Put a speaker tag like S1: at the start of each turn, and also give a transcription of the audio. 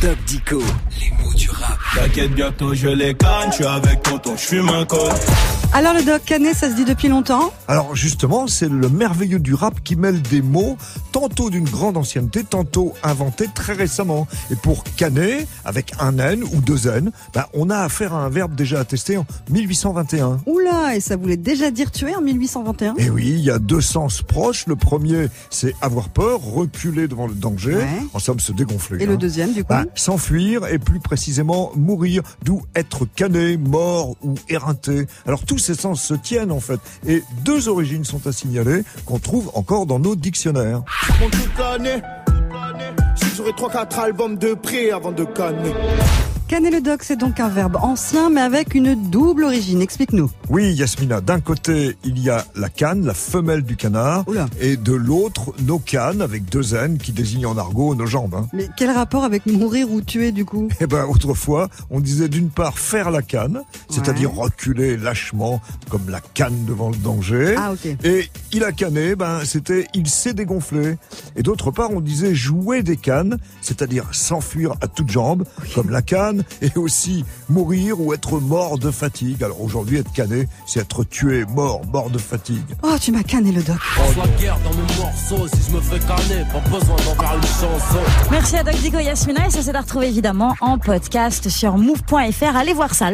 S1: Top Dico, les mots du rap.
S2: T'inquiète, bientôt je les canne. Je suis avec tonton, je fume un code.
S3: Alors le doc Canet, ça se dit depuis longtemps.
S4: Alors justement, c'est le merveilleux du rap qui mêle des mots, tantôt d'une grande ancienneté, tantôt inventés très récemment. Et pour Canet, avec un N ou deux N, bah, on a affaire à un verbe déjà attesté en 1821.
S3: Oula, et ça voulait déjà dire tuer en 1821
S4: Et Eh oui, il y a deux sens proches. Le premier, c'est avoir peur, reculer devant le danger,
S3: Ouais.
S4: en somme se dégonfler.
S3: Et
S4: hein.
S3: le deuxième du coup
S4: Bah, S'enfuir et plus précisément mourir, d'où être cané, mort ou éreinté. Alors tous ces sens se tiennent en fait. Et deux origines sont à signaler qu'on trouve encore dans nos dictionnaires.
S5: Mon toute l'année. J'aurai 3-4 albums de près avant de canner.
S3: Canet le doc, c'est donc un verbe ancien mais avec une double origine. Explique-nous.
S4: Oui, Yasmina, d'un côté, il y a la canne, la femelle du canard,
S3: Oula.
S4: et de l'autre, nos cannes, avec deux N qui désignent en argot nos jambes. hein.
S3: Mais quel rapport avec mourir ou tuer du coup
S4: Eh ben, autrefois, on disait d'une part faire la canne, c'est-à-dire reculer lâchement, comme la canne devant le danger.
S3: Ah, ok.
S4: Et il a canné, ben, c'était il s'est dégonflé. Et d'autre part, on disait jouer des cannes, c'est-à-dire s'enfuir à toutes jambes, comme la canne, et aussi mourir ou être mort de fatigue. Alors aujourd'hui, être canné, c'est être tué, mort, mort de fatigue.
S3: Oh, tu m'as Canet le doc.
S6: Soit guerre dans mes morceaux, si je me fais canner, pas besoin d'en faire une chanson.
S7: Merci à Doc Dico Yasmina et ça c'est à retrouver évidemment en podcast sur move.fr. Allez voir ça.